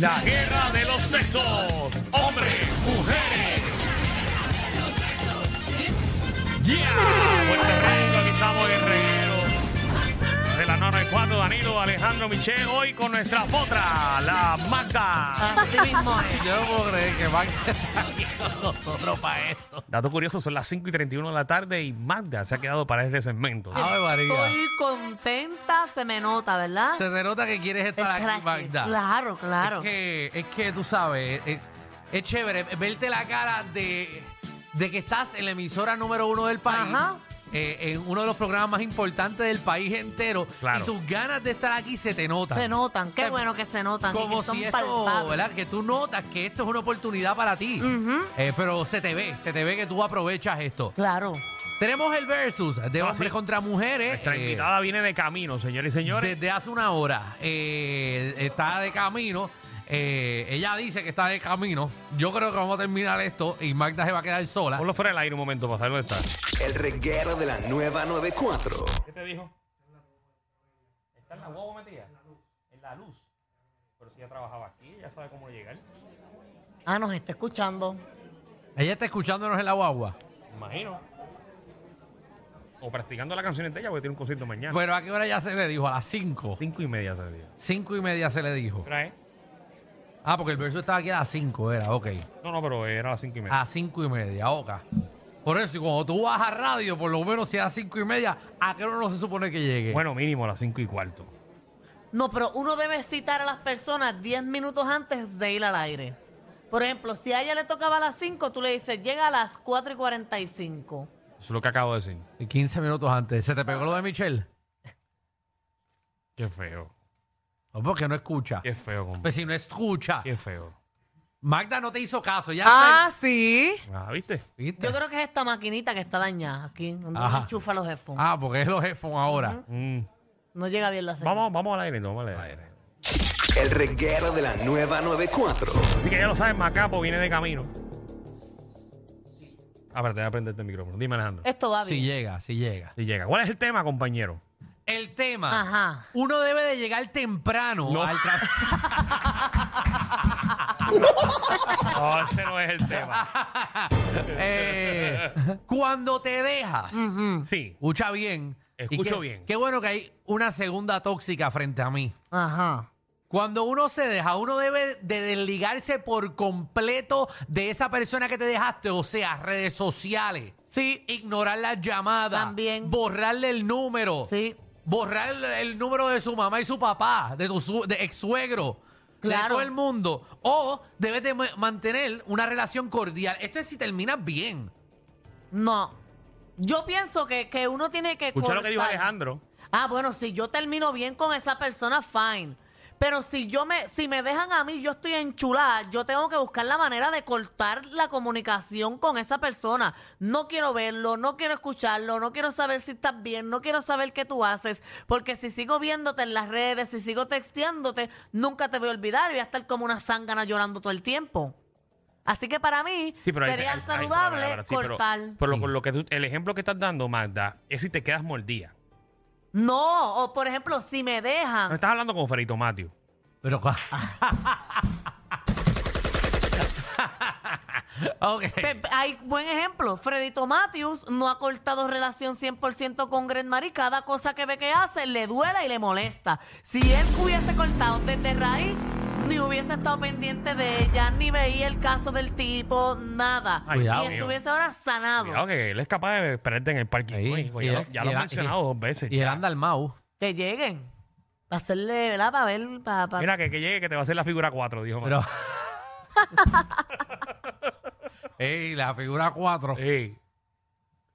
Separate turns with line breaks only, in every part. La guerra de los sexos. Hombres, mujeres. Ya, Puerto Rico, aquí estamos en reguero. De la 994, Danilo, Alejandro Michel, hoy con nuestra potra, la Magda.
Así mismo es. Yo no puedo creer que van a estar aquí con nosotros para esto.
Dato curioso, son las 5 y 31 de la tarde y Magda se ha quedado para este segmento.
Ave María.
Estoy contenta, se me nota, ¿verdad?
Se te nota que quieres estar
Estar
aquí,
aquí.
Magda.
Claro, claro.
Es que, es que tú sabes, es, es chévere verte la cara de, de que estás en la emisora número uno del país.
Ajá.
eh, en uno de los programas más importantes del país entero.
Claro.
Y tus ganas de estar aquí se te notan.
Se notan, qué
Eh,
bueno que se notan. y
Como
que son
si esto,
palpables.
¿verdad? Que tú notas que esto es una oportunidad para ti.
Ujú.
Eh, pero se te ve, se te ve que tú aprovechas esto.
Claro.
Tenemos el versus de
Ah,
hombres
sí.
contra mujeres.
Nuestra
eh,
invitada viene de camino, señores y señores.
desde hace una hora. Eh, está de camino. Eh, ella dice que está de camino. Yo creo que vamos a terminar esto y Magda se va a quedar sola.
Ponlo fuera del aire un momento para saber dónde está.
El reguero de la nueva 94.
¿Qué te dijo? Está en la huevo metida. En la luz. En la luz. Pero si ya trabajaba aquí, ya sabe cómo llegar.
Ah, nos está escuchando.
Ella está escuchándonos en la guagua.
Me Imagino. O practicando la canción entera porque tiene un concierto mañana.
Pero a qué hora ya se le dijo, a las 5.
Cinco y media se dijo.
5 y media se le dijo. Ah, porque el verso estaba aquí a las 5, era, ok.
No, no, pero era a las cinco y media.
A 5 y media, ok. Por eso, y cuando tú vas a radio, por lo menos si es a 5 y media, ¿a qué hora no se supone que llegue?
Bueno, mínimo a las cinco y cuarto.
No, pero uno debe citar a las personas 10 minutos antes de ir al aire. Por ejemplo, si a ella le tocaba a las 5, tú le dices, llega a las 4 y 45.
Eso es lo que acabo de decir.
15 minutos antes. ¿Se te pegó lo de Michelle?
Qué feo.
No, porque no escucha.
Qué feo, compa.
Pues si no escucha,
Qué feo.
Magda no te hizo caso. Ya
Ah, sí.
Ah, ¿viste?
está- ¿Viste?
Yo creo que es esta maquinita que está dañada aquí, donde
Ajá.
uno enchufa los headphones.
Ah, porque es los headphones ahora.
Mm.
No llega bien la señal.
Vamos, vamos al aire, no, vamos al aire.
El reguero de la nueva 94.
Así que ya lo saben, Macapo viene de camino. A ver, Ah, te voy a prenderte el micrófono. Dime, Alejandro.
Esto va
Si
bien.
llega, si llega.
Si llega. ¿Cuál es el tema, compañero?
El tema.
Ajá.
Uno debe de llegar temprano
No.
al trabajo.
No, ese no es el tema.
Eh, cuando te dejas.
Mm.
Sí.
Escucha bien. Y
Escucho
qué-
bien.
Qué bueno que hay una segunda tóxica frente a mí.
Ajá.
Cuando uno se deja, uno debe de desligarse por completo de esa persona que te dejaste, o sea, redes sociales.
Sí.
ignorar las llamadas.
También.
Borrarle el número.
Sí.
Borrar el, el número de su mamá y su papá, de tu su- de ex suegro. De
Claro.
todo el mundo. O debes de ma- mantener una relación cordial. Esto es si terminas bien.
No. Yo pienso que, que uno tiene que.
Escucha lo que dijo
cortar.
Alejandro.
Ah, bueno, si yo termino bien con esa persona, fine. Pero si yo me, si me dejan a mí, yo estoy enchulada, yo tengo que buscar la manera de cortar la comunicación con esa persona. No quiero verlo, no quiero escucharlo, no quiero saber si estás bien, no quiero saber qué tú haces, porque si sigo viéndote en las redes, si sigo texteándote, nunca te voy a olvidar, voy a estar como una zángana llorando todo el tiempo. Así que para mí
hay-
sería
hay- hay-
saludable
hay- hay- sí, pero-
cortar.
Pero, con lo que tú- el ejemplo que estás dando, Magda, es si te quedas mordida.
No, o por ejemplo, si me
No
dejan,
estás hablando con Ferito Matio.
Pero. cua- ok.
Pe- pe- Hay buen ejemplo. Fredito Matthews no ha cortado relación 100% con Gren Marie. Cada cosa que ve que hace le duela y le molesta. Si él hubiese cortado desde raíz, ni hubiese estado pendiente de ella, ni veía el caso del tipo, nada.
Ay,
Cuidado.
y
mío.
estuviese ahora sanado.
Cuidado que él es capaz de esperarte en el parking.
Ahí.
güey, güey,
Y
ya
él-
lo, ya
y
lo
él-
he mencionado
y-
dos veces.
Y él
ya.
anda al mau.
Que lleguen. Para hacerle, ¿verdad? Para ver. Para,
Mira, que, que llegue, que te va a hacer la figura 4, dijo
Pero.
Magda.
Ey, la figura 4.
Sí.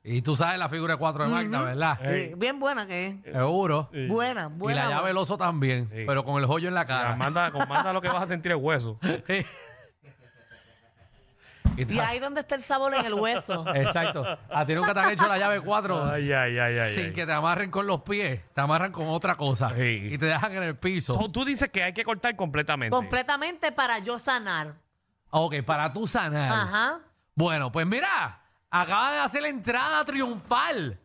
Y tú sabes la figura 4 de Magda, ¿verdad?
Ey.
bien buena que es.
Seguro.
Buena,
Y
buena.
la llave
buena.
el oso también,
Sí.
pero con el hoyo en la cara.
Con Magda- con Magda lo que vas a sentir es hueso.
Y ta-
Y ahí donde está el sabor en el hueso.
Exacto. A ti nunca te han hecho la llave 4
Ay, ay, ay, ay.
sin
ay.
que te amarren con los pies, te amarran con otra cosa
Sí.
y te dejan en el piso.
So, tú dices que hay que cortar completamente.
Completamente para yo sanar.
Ok, para tú sanar.
Ajá.
Bueno, pues mira, acaba de hacer la entrada triunfal.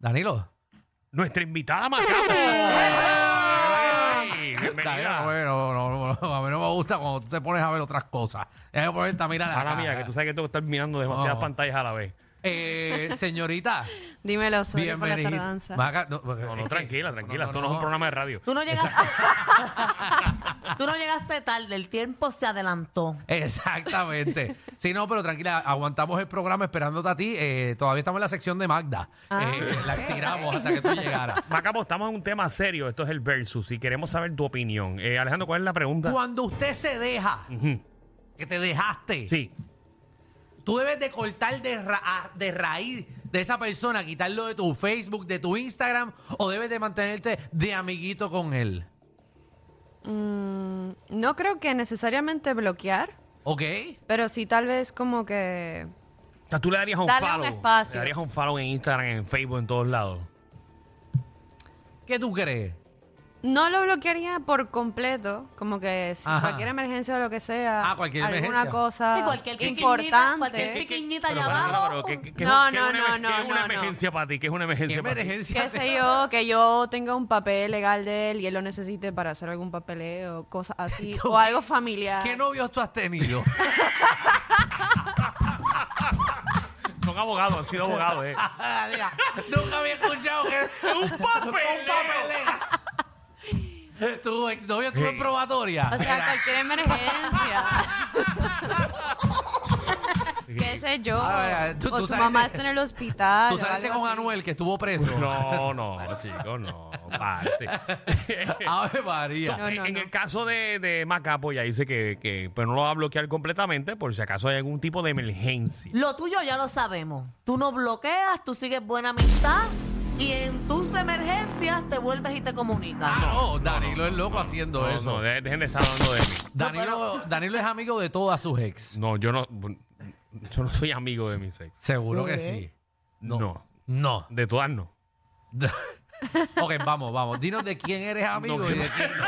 Danilo.
Nuestra invitada Macapo. Ay. bienvenida.
bueno, no, no, a mí no me gusta cuando tú te pones a ver otras cosas. Déjame ponerte a mirar la
A la
cara.
mía, que tú sabes que tengo que estar mirando demasiadas
No.
pantallas a la vez.
Eh, señorita,
Dímelo, sorry por la
bienvenida.
tardanza.
Maca- no, es
No, no,
que-
tranquila, tranquila. Esto no es un
no.
programa de radio.
Tú no llegaste. tú no llegaste tarde, el tiempo se adelantó.
Exactamente. sí, no, pero tranquila, aguantamos el programa esperándote a ti. Eh, todavía estamos en la sección de Magda.
Ah.
Eh, la tiramos hasta que tú llegaras.
Macapo, estamos en un tema serio. Esto es el versus y queremos saber tu opinión. Eh, Alejandro, ¿cuál es la pregunta?
Cuando usted se deja,
Ujú.
que te dejaste,
Sí.
tú debes de cortar de, ra- a- de raíz de esa persona, quitarlo de tu Facebook, de tu Instagram, o debes de mantenerte de amiguito con él.
Mm, no creo que necesariamente bloquear,
¿Ok?
pero sí tal vez como que...
O sea, tú le darías un
Dale un
follow.
espacio.
Le darías un follow en Instagram, en Facebook, en todos lados.
¿Qué tú crees?
No lo bloquearía por completo, como que si
Ajá.
cualquier emergencia o lo que sea,
Ah, cualquier
alguna
emergencia.
cosa
Y cualquier piquiñita,
Ah, importante.
cualquier piquiñita allá
Pero, pero, pero,
abajo.
¿qué- qué- qué-
No,
qué es una
no, no,
emer-
no,
¿Qué es una
no, no.
emergencia para ti? ¿Qué es una
¿Qué
emergencia para ti?
emergencia?
qué sé yo, que yo tenga un papel legal de él y él lo necesite para hacer algún papeleo, cosas así, o algo familiar.
¿Qué novios tú has tenido?
Son abogados, han sido abogados. Eh.
Mira, Nunca había escuchado que
un papeleo.
un papeleo. tu exnovio estuvo en
Sí.
probatoria.
O sea, cualquier emergencia, qué sé yo,
A ver, tú-
o
tú
su
saliste-
mamá está en el hospital.
Tú
o
saliste
algo
con
así.
Anuel que estuvo preso.
No, ah, no, chicos, no. parce.
Ave María.
No, no,
en
no.
el caso de, de Macapo, ya dice que, que pero no lo va a bloquear completamente por si acaso hay algún tipo de emergencia.
Lo tuyo ya lo sabemos. Tú no bloqueas, tú sigues buena amistad y en tus emergencias te vuelves y te comunicas.
Ah, No, Danilo es loco haciendo
No,
eso.
no, de- dejen de estar hablando de mí.
Danilo, Danilo es amigo de todas sus ex.
No, yo no, yo no soy amigo de mi sexo.
Seguro que
¿Qué?
sí.
No.
No.
de todas no.
ok, vamos, vamos. Dinos de quién eres amigo
No,
y de quién no.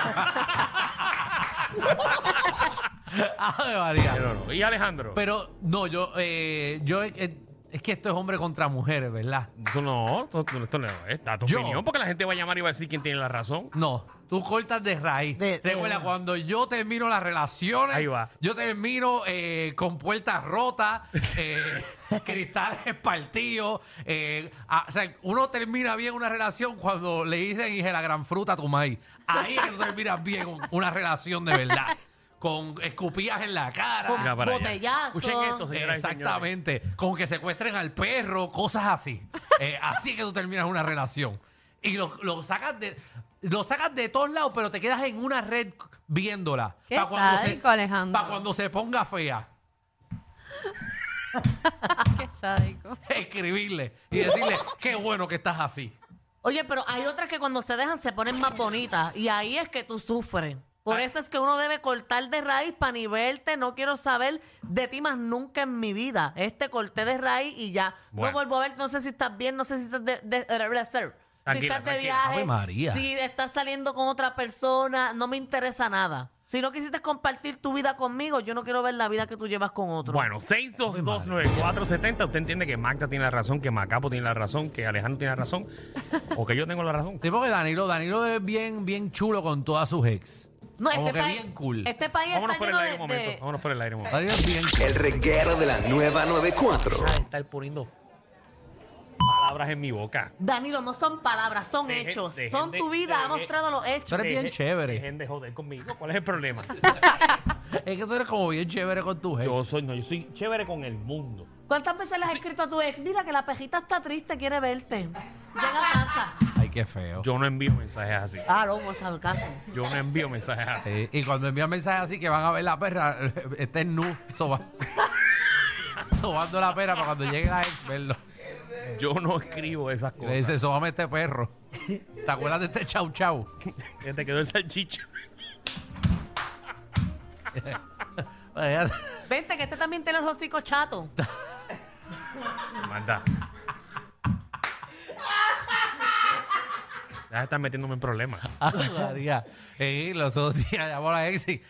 Ave María.
Pero no. ¿Y Alejandro?
Pero no, yo, eh, yo eh, es que esto es hombre contra mujeres, ¿verdad?
Eso no, esto, esto- esto no está tu
Yo.
opinión, porque la gente va a llamar y va a decir quién tiene la razón.
No, tú cortas de raíz.
De- de-
Recuerda, cuando yo termino las relaciones,
Ahí va.
yo termino eh, con puertas rotas, eh, cristales partidos. eh, ah, o sea, uno termina bien una relación cuando le dicen, hija, la gran fruta a tu maíz. Ahí es que tú terminas bien un- una relación de verdad. Con escupillas en la cara.
Mira para allá.
botellazo.
Escuchen esto, señoras y señores.
Exactamente. Con que secuestren al perro, cosas así. Eh, así que tú terminas una relación. Y lo, lo sacas de. Lo sacas de todos lados, pero te quedas en una red viéndola.
Qué
Pa'
sádico, Alejandro.
pa' cuando se ponga fea,
Qué sádico.
escribirle y decirle, qué bueno que estás así.
Oye, pero hay otras que cuando se dejan se ponen más bonitas y ahí es que tú sufres.
Ah.
Por eso es que uno debe cortar de raíz para ni verte. No quiero saber de ti más nunca en mi vida. Este corté de raíz y ya.
Bueno.
No vuelvo a ver. No sé si estás bien. No sé si estás de, de- de- si
Tranquila,
estás de
tranquila.
viaje.
Ave María.
Si estás saliendo con otra persona. No me interesa nada. Si no quisiste compartir tu vida conmigo, yo no quiero ver la vida que tú llevas con otro.
Bueno, 6229470. Usted entiende que Magda tiene la razón, que Macapo tiene la razón, que Alejandro tiene la razón, o que yo tengo la razón.
Sí, porque Danilo, Danilo es bien, bien chulo con todas sus ex.
no,
como
este
que
país,
bien cool.
este país
Vámonos
está
por el
lleno
aire un
de- de,
momento. Vámonos por el aire un momento.
Danilo es bien
El
cool.
reguero de la nueva 94.
Estar poniendo palabras en mi boca.
Danilo, no son palabras, son
Dejen-
hechos.
dejen
son
de-
tu vida, ha
dejen-
mostrado los
Tú
hechos.
eres bien
Dejen-
chévere.
Dejen de joder conmigo. ¿Cuál es el problema?
Es que tú eres como bien chévere con tus ex.
Yo soy, no, yo soy chévere con el mundo.
¿Cuántas veces le has escrito a tu ex? Mira que la pejita está triste, quiere verte. Llega a casa.
Ay, qué feo.
Yo no envío mensajes así.
Ah, no, por sarcasmo.
Yo no envío mensajes así.
Sí, Eh, y cuando envían mensajes así que van a ver la perra, este es nu, soba- sobando la perra para cuando llegue la ex verlo.
Yo no escribo esas
Y le
cosas.
dice, sobame este perro. ¿Te acuerdas de este chau chau?
Que te quedó el salchicho.
Vente, que este también tiene el hocico chato.
Manda. Ya estás metiéndome en problemas.
Ay, María. Eh, los otros días llamó a la ex y,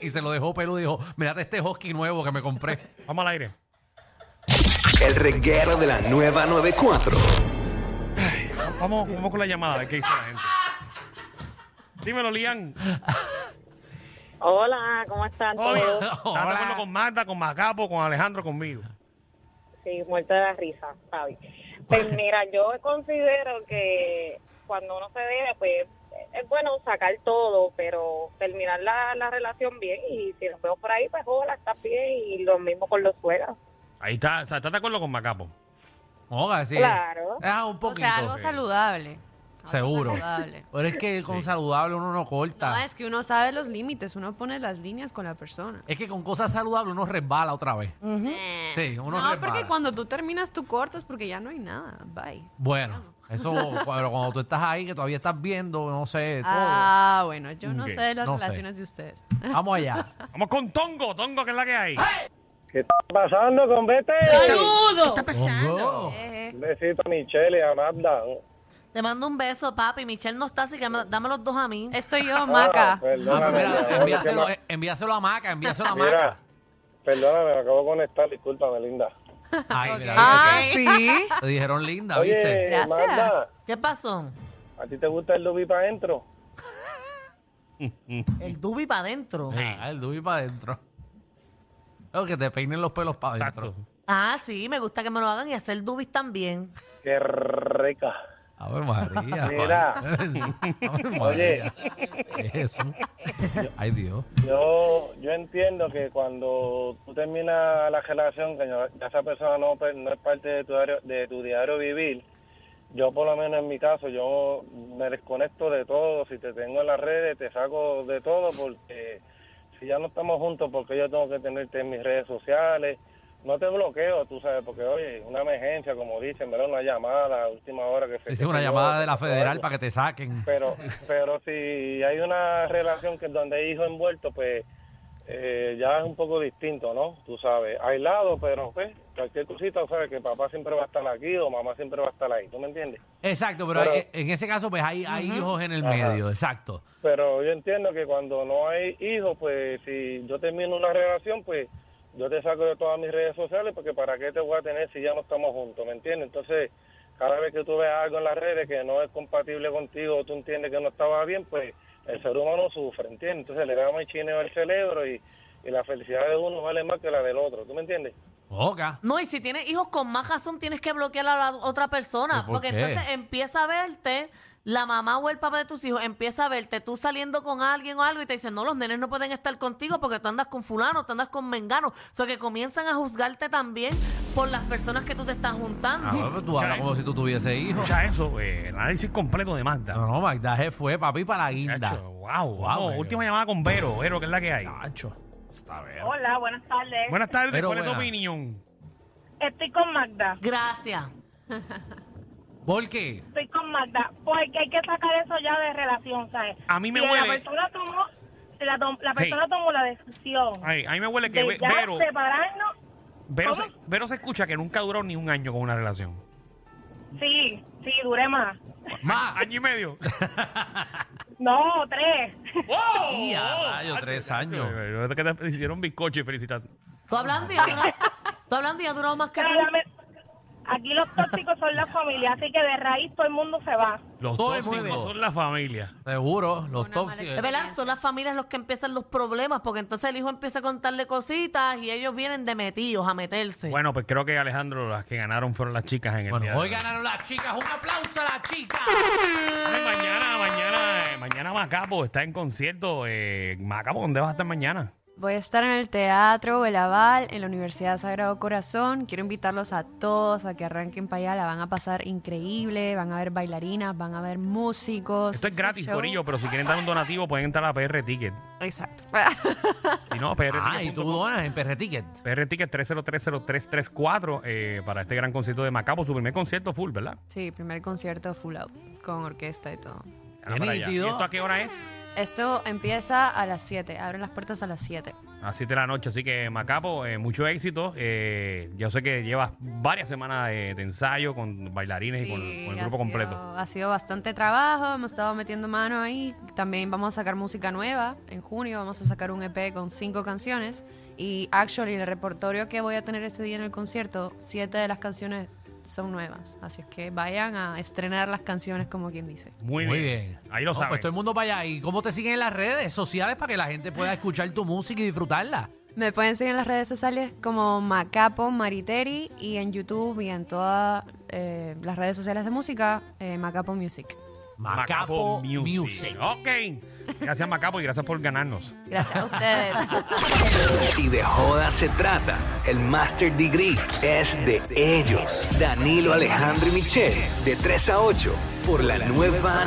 y se lo dejó peludo y dijo, mirate este husky nuevo que me compré.
Vamos al aire.
El reguero de la nueva 94.
Vamos, vamos con la llamada, a ver qué dice la gente. Dímelo, Lian.
Hola, ¿cómo están
Hoy
todos?
estás de
Hola.
acuerdo con Magda, con Macapo, con Alejandro, conmigo.
Sí, muerta de la risa, Fabi. Pues mira, yo considero que cuando uno se debe, pues es bueno sacar todo, pero terminar la, la relación bien y si nos vemos por ahí, pues hola, estás bien y lo mismo con los suegros.
Ahí está. O sea, ¿estás de acuerdo con Macapo?
Oiga, sí.
Claro.
Ah, un
O
poquito.
sea, algo saludable. Algo
Seguro.
saludable.
Pero es que con
Sí.
saludable uno no corta.
No,
es...
es que uno sabe los límites, uno pone las líneas con la persona.
que con cosas saludables uno resbala otra vez.
Eh,
Sí, uno
no,
resbala.
porque cuando tú terminas, tú cortas porque ya no hay nada. Bye.
Bueno, eso cuando, cuando tú estás ahí, que todavía estás viendo, no sé, todo.
Ah, bueno, yo no
Ok,
sé de las
no sé.
relaciones de ustedes.
Vamos allá.
Vamos con Tongo. Tongo, que es la que hay.
¿Qué está pasando con Vete?
Bongo.
Eh,
Un besito a Michelle y a Magda.
Te mando un beso, papi. Michelle no está, así que me- dame los dos a mí.
Estoy yo, Maca.
Ah, perdóname.
Ah, pues mira,
mi amor, que
envíaselo,
ma-
eh, envíaselo a Maca, envíaselo a Maca.
Mira, perdóname, me acabo de conectar, discúlpame, linda.
Ay, mira,
Ah,
viste
sí.
que te dijeron linda,
Oye,
Ah, ¿viste?
Gracias.
Magda,
¿Qué pasó?
¿a ti te gusta el dubi para adentro?
El dubi para adentro.
Ah, el dubi para adentro. Lo que te peinen los pelos para adentro.
Exacto.
Ah, sí, me gusta que me lo hagan y hacer dubis también.
Qué rica.
A ver, María.
Mira.
Ave
Oye.
María. ¿Qué es Eso. Ay, Dios.
Yo, yo entiendo que cuando tú terminas la relación, que ya ya esa persona no, pues, no es parte de tu, diario, de tu diario vivir, yo por lo menos en mi caso, yo me desconecto de todo, si te tengo en las redes, te saco de todo, porque si ya no estamos juntos, porque yo tengo que tenerte en mis redes sociales, no te bloqueo, tú sabes, porque oye, una emergencia, como dicen, ¿verdad? Una llamada, a última hora que se...
Hice una llamada de la federal para que te saquen.
Pero, pero si hay una relación que donde hay hijo envuelto, pues eh, ya es un poco distinto, ¿no? Tú sabes, aislado, pero pues cualquier cosita, sabes que papá siempre va a estar aquí o mamá siempre va a estar ahí, ¿tú me entiendes?
Exacto, pero,
Pero-
eh, en ese caso, pues hay, hay hijos en el
Ajá.
medio, exacto.
Pero yo entiendo que cuando no hay hijos, pues si yo termino una relación, pues yo te saco de todas mis redes sociales porque para qué te voy a tener si ya no estamos juntos, ¿me entiendes? Entonces, cada vez que tú veas algo en las redes que no es compatible contigo o tú entiendes que no estaba bien, pues el ser humano sufre, ¿entiendes? Entonces le da más chineo al cerebro y, y la felicidad de uno vale más que la del otro, ¿tú me entiendes?
Oca.
No, y si tienes hijos con más razón, tienes que bloquear a la otra persona.
¿Pero por
porque
qué?
entonces empieza a verte, la mamá o el papá de tus hijos empieza a verte tú saliendo con alguien o algo y te dicen, no, los nenes no pueden estar contigo porque tú andas con fulano, tú andas con mengano. O sea, que comienzan a juzgarte también por las personas que tú te estás juntando.
Ah, bueno, pero tú hablas como si tú tuviese hijos.
Escucha eso, eh, el análisis completo de Magda.
No, no, Magda se fue, papi, para la guinda.
Chacho, wow,
Wow,
wow.
eh.
última llamada con Vero. Vero, que es la que hay.
Chacho. Está bien.
Hola, buenas tardes.
Buenas tardes,
Vero,
¿cuál es tu
buena.
opinión?
Estoy con
Ah.
Magda.
Gracias.
¿Por qué?
estoy con Magda, porque hay que sacar eso ya de relación, ¿sabes?
A mí me
Si
huele-
La persona tomó, si la, tom- la
Hey.
persona tomó la decisión
Ay, a mí me huele que
de
Ve-
ya
Vero,
separarnos.
Vero, se,
¿Cómo?
Vero se escucha que nunca duró ni un año con una relación.
Sí, sí, duré más.
Más.
Año y medio.
No, tres.
¡Wow!
Y a rayos, tres años.
Yo creo que te hicieron bizcocho y felicitaste.
Tú hablando y ha durado- tú hablando y ha durado más que
Pero
tú.
lame- aquí los tóxicos son la familia, así que de raíz todo el mundo se va.
Los
Todo el
tóxicos
mundo.
son la familia.
Seguro, los
Una mala
tóxicos.
Es verdad, son las familias los que empiezan los problemas, porque entonces el hijo empieza a contarle cositas y ellos vienen de metidos a meterse.
Bueno, pues creo que Alejandro, las que ganaron fueron las chicas en el día
Bueno,
de
hoy
hoy.
ganaron las chicas. Un aplauso a las chicas.
Ay, mañana, mañana, eh, mañana Macapo está en concierto. Eh, Macapo, ¿dónde vas a estar mañana?
Voy a estar en el Teatro Belaval, en la Universidad Sagrado Corazón. Quiero invitarlos a todos a que arranquen para allá. La van a pasar increíble. Van a ver bailarinas, van a ver músicos.
Esto es
Ese
gratis,
show-
Corillo, pero si quieren dar un donativo pueden entrar a PR Ticket.
Exacto.
Si no, PR
Ah, y
Ticket.
tú donas en PR Ticket.
PR Ticket 3030334 eh, para este gran concierto de Macapo, su primer concierto full, ¿verdad?
Sí, primer concierto full out, con orquesta y todo.
Ahora para allá. ¿Y
nítido.
esto a qué hora es?
Esto empieza a las 7. Abren las puertas a las 7.
A 7 de la noche, así que Macapo, eh, mucho éxito. Eh, yo sé que llevas varias semanas de, de ensayo con bailarines y con,
Sí,
con el
ha
grupo completo.
sido- ha sido bastante trabajo, hemos estado metiendo mano ahí. También vamos a sacar música nueva. En junio vamos a sacar un EP con cinco canciones. Y actually, el repertorio que voy a tener ese día en el concierto, siete de las canciones son nuevas. Así es que vayan a estrenar las canciones, como quien dice.
Muy, bien. Ahí lo
No,
saben.
Pues todo el mundo vaya ahí. ¿Cómo te siguen en las redes sociales para que la gente pueda escuchar tu música y disfrutarla?
Me pueden seguir en las redes sociales como Macapo Mariteri y en YouTube y en todas eh, las redes sociales de música, eh, Macapo Music.
Macapo, Music.
Ok. Gracias, Macapo, y gracias por ganarnos.
Gracias a ustedes.
Si de joda se trata, el Master Degree es de ellos. Danilo Alejandro y Michelle, de 3 a 8, por la nueva